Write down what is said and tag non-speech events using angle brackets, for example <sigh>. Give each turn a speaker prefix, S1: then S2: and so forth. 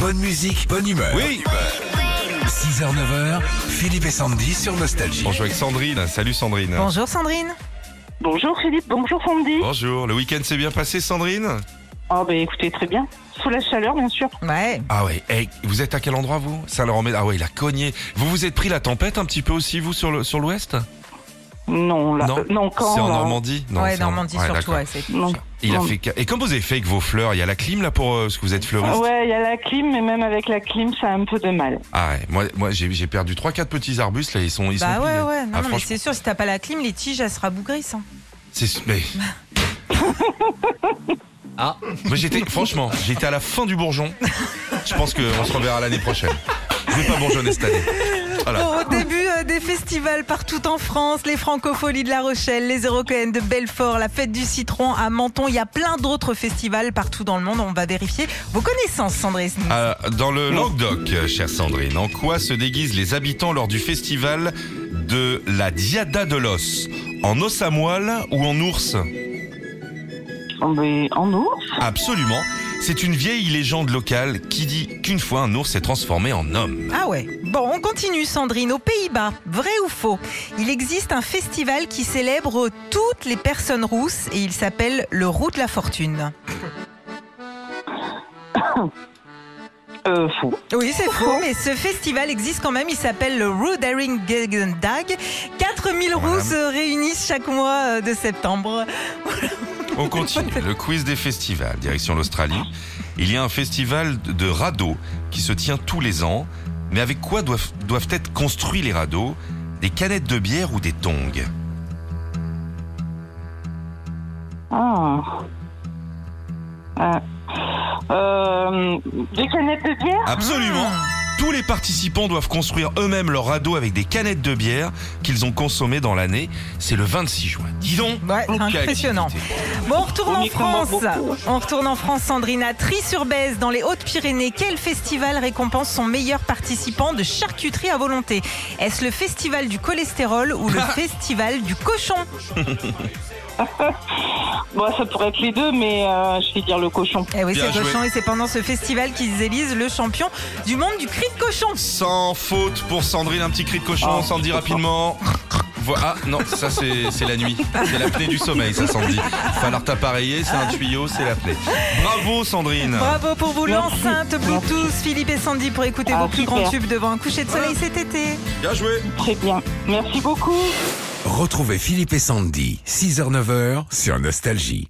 S1: Bonne musique, bonne humeur.
S2: Oui
S1: 6h, 9h, Philippe et Sandy sur Nostalgie.
S2: On joue avec Sandrine. Salut Sandrine.
S3: Bonjour Sandrine.
S4: Bonjour Philippe, bonjour Sandy.
S2: Bonjour. Le week-end s'est bien passé Sandrine
S4: Ah bah écoutez, très bien. Sous la chaleur, bien sûr.
S3: Ouais.
S2: Ah ouais. Hey, vous êtes à quel endroit vous Saint-Laurent-Médard. Ah ouais, il a cogné. Vous vous êtes pris la tempête un petit peu aussi vous sur le sur l'ouest
S4: Non, là, euh, non quand
S2: C'est en
S4: là
S2: Normandie. Non,
S3: ouais,
S2: c'est en-
S3: Normandie
S2: ouais,
S3: surtout.
S2: d'accord.
S3: Ouais, c'est-
S4: Non.
S2: Il a
S4: Non.
S2: fait. ca- Et comme vous avez fait avec vos fleurs, il y a la clim là pour euh, parce que vous êtes
S3: Ah
S2: fleuriste.
S4: Ouais, il y a la clim, mais même avec la clim, ça a un peu de mal.
S2: Ah ouais. Moi, moi j'ai j'ai perdu trois quatre petits arbustes là. Ils sont ils
S3: Bah
S2: sont.
S3: ouais,
S2: pliés.
S3: ouais. Non,
S2: Ah,
S3: non, mais
S2: franchement,
S3: c'est sûr, si t'as pas la clim, les tiges, elles sera bougrissent. hein.
S2: c'est- mais-
S5: Ah.
S2: Moi j'étais franchement j'étais à la fin du bourgeon. Je pense qu'on se reverra l'année prochaine. Je vais pas bourgeonner cette année. Voilà.
S3: Bon, au début euh, des festivals partout en France, les Francopholies de La Rochelle, les Eurocaines de Belfort, la Fête du Citron à Menton, il y a plein d'autres festivals partout dans le monde. On va vérifier vos connaissances, Sandrine.
S2: Ah, dans le Languedoc, euh, chère Sandrine, en quoi se déguisent les habitants lors du festival de la Diada de l'Os En os à moelle ou en ours
S4: Oh, mais en ours
S2: Absolument. C'est une vieille légende locale qui dit qu'une fois un ours s'est transformé en homme.
S3: Ah ouais. Bon, on continue, Sandrine. Aux Pays-Bas, vrai ou faux Il existe un festival qui célèbre toutes les personnes rousses et il s'appelle le Roux de la Fortune.
S4: Euh, fou.
S3: Oui, c'est faux, mais ce festival existe quand même. Il s'appelle le Rudering Dag. 4000
S2: Madame.
S3: roux se réunissent chaque mois euh, de septembre.
S2: On continue. Le quiz des festivals, direction l'Australie. Il y a un festival de radeaux qui se tient tous les ans. Mais avec quoi doivent, doivent être construits les radeaux Des canettes de bière ou des tongs
S4: Ah. Ah. Euh, des canettes de bière
S2: Absolument.
S3: Ah. Hmm.
S2: Tous les participants doivent construire eux-mêmes leur radeau avec des canettes de bière qu'ils ont consommées dans l'année. C'est le 26 juin. Dis donc
S3: Ouais,
S2: quelle
S3: impressionnant.
S2: activité.
S3: Bon, on retourne
S4: On
S3: en
S4: y commence
S3: France.
S4: beaucoup.
S3: On retourne en France, Sandrine, à Tri-sur-Bèze, dans les Hautes-Pyrénées. Quel festival récompense son meilleur participant de charcuterie à volonté Est-ce le festival du cholestérol
S2: <laughs>
S3: ou le festival du cochon
S4: Bon, ça pourrait être les deux, mais euh, je vais dire le cochon.
S3: Eh oui,
S2: Bien
S3: c'est
S2: joué.
S3: cochon, et c'est pendant ce festival qu'ils élisent le champion du monde du cri de cochon.
S2: Sans faute pour Sandrine, un petit cri de cochon,
S4: Oh.
S2: Sandy rapidement. Vo- Ah non, ça c'est c'est la nuit. C'est l'apnée du sommeil, ça Sandy. Falloir t'appareiller, c'est un tuyau, c'est l'apnée. Bravo Sandrine
S3: Bravo pour vous,
S4: Merci.
S3: l'enceinte Bluetooth, Philippe et Sandy, pour écouter
S4: Ah,
S3: vos plus
S4: super. Hein
S3: grands tubes devant un coucher de soleil cet été.
S2: Bien joué
S4: Très bien. Merci beaucoup.
S1: Retrouvez Philippe et Sandy, 6h, 9h sur Nostalgie.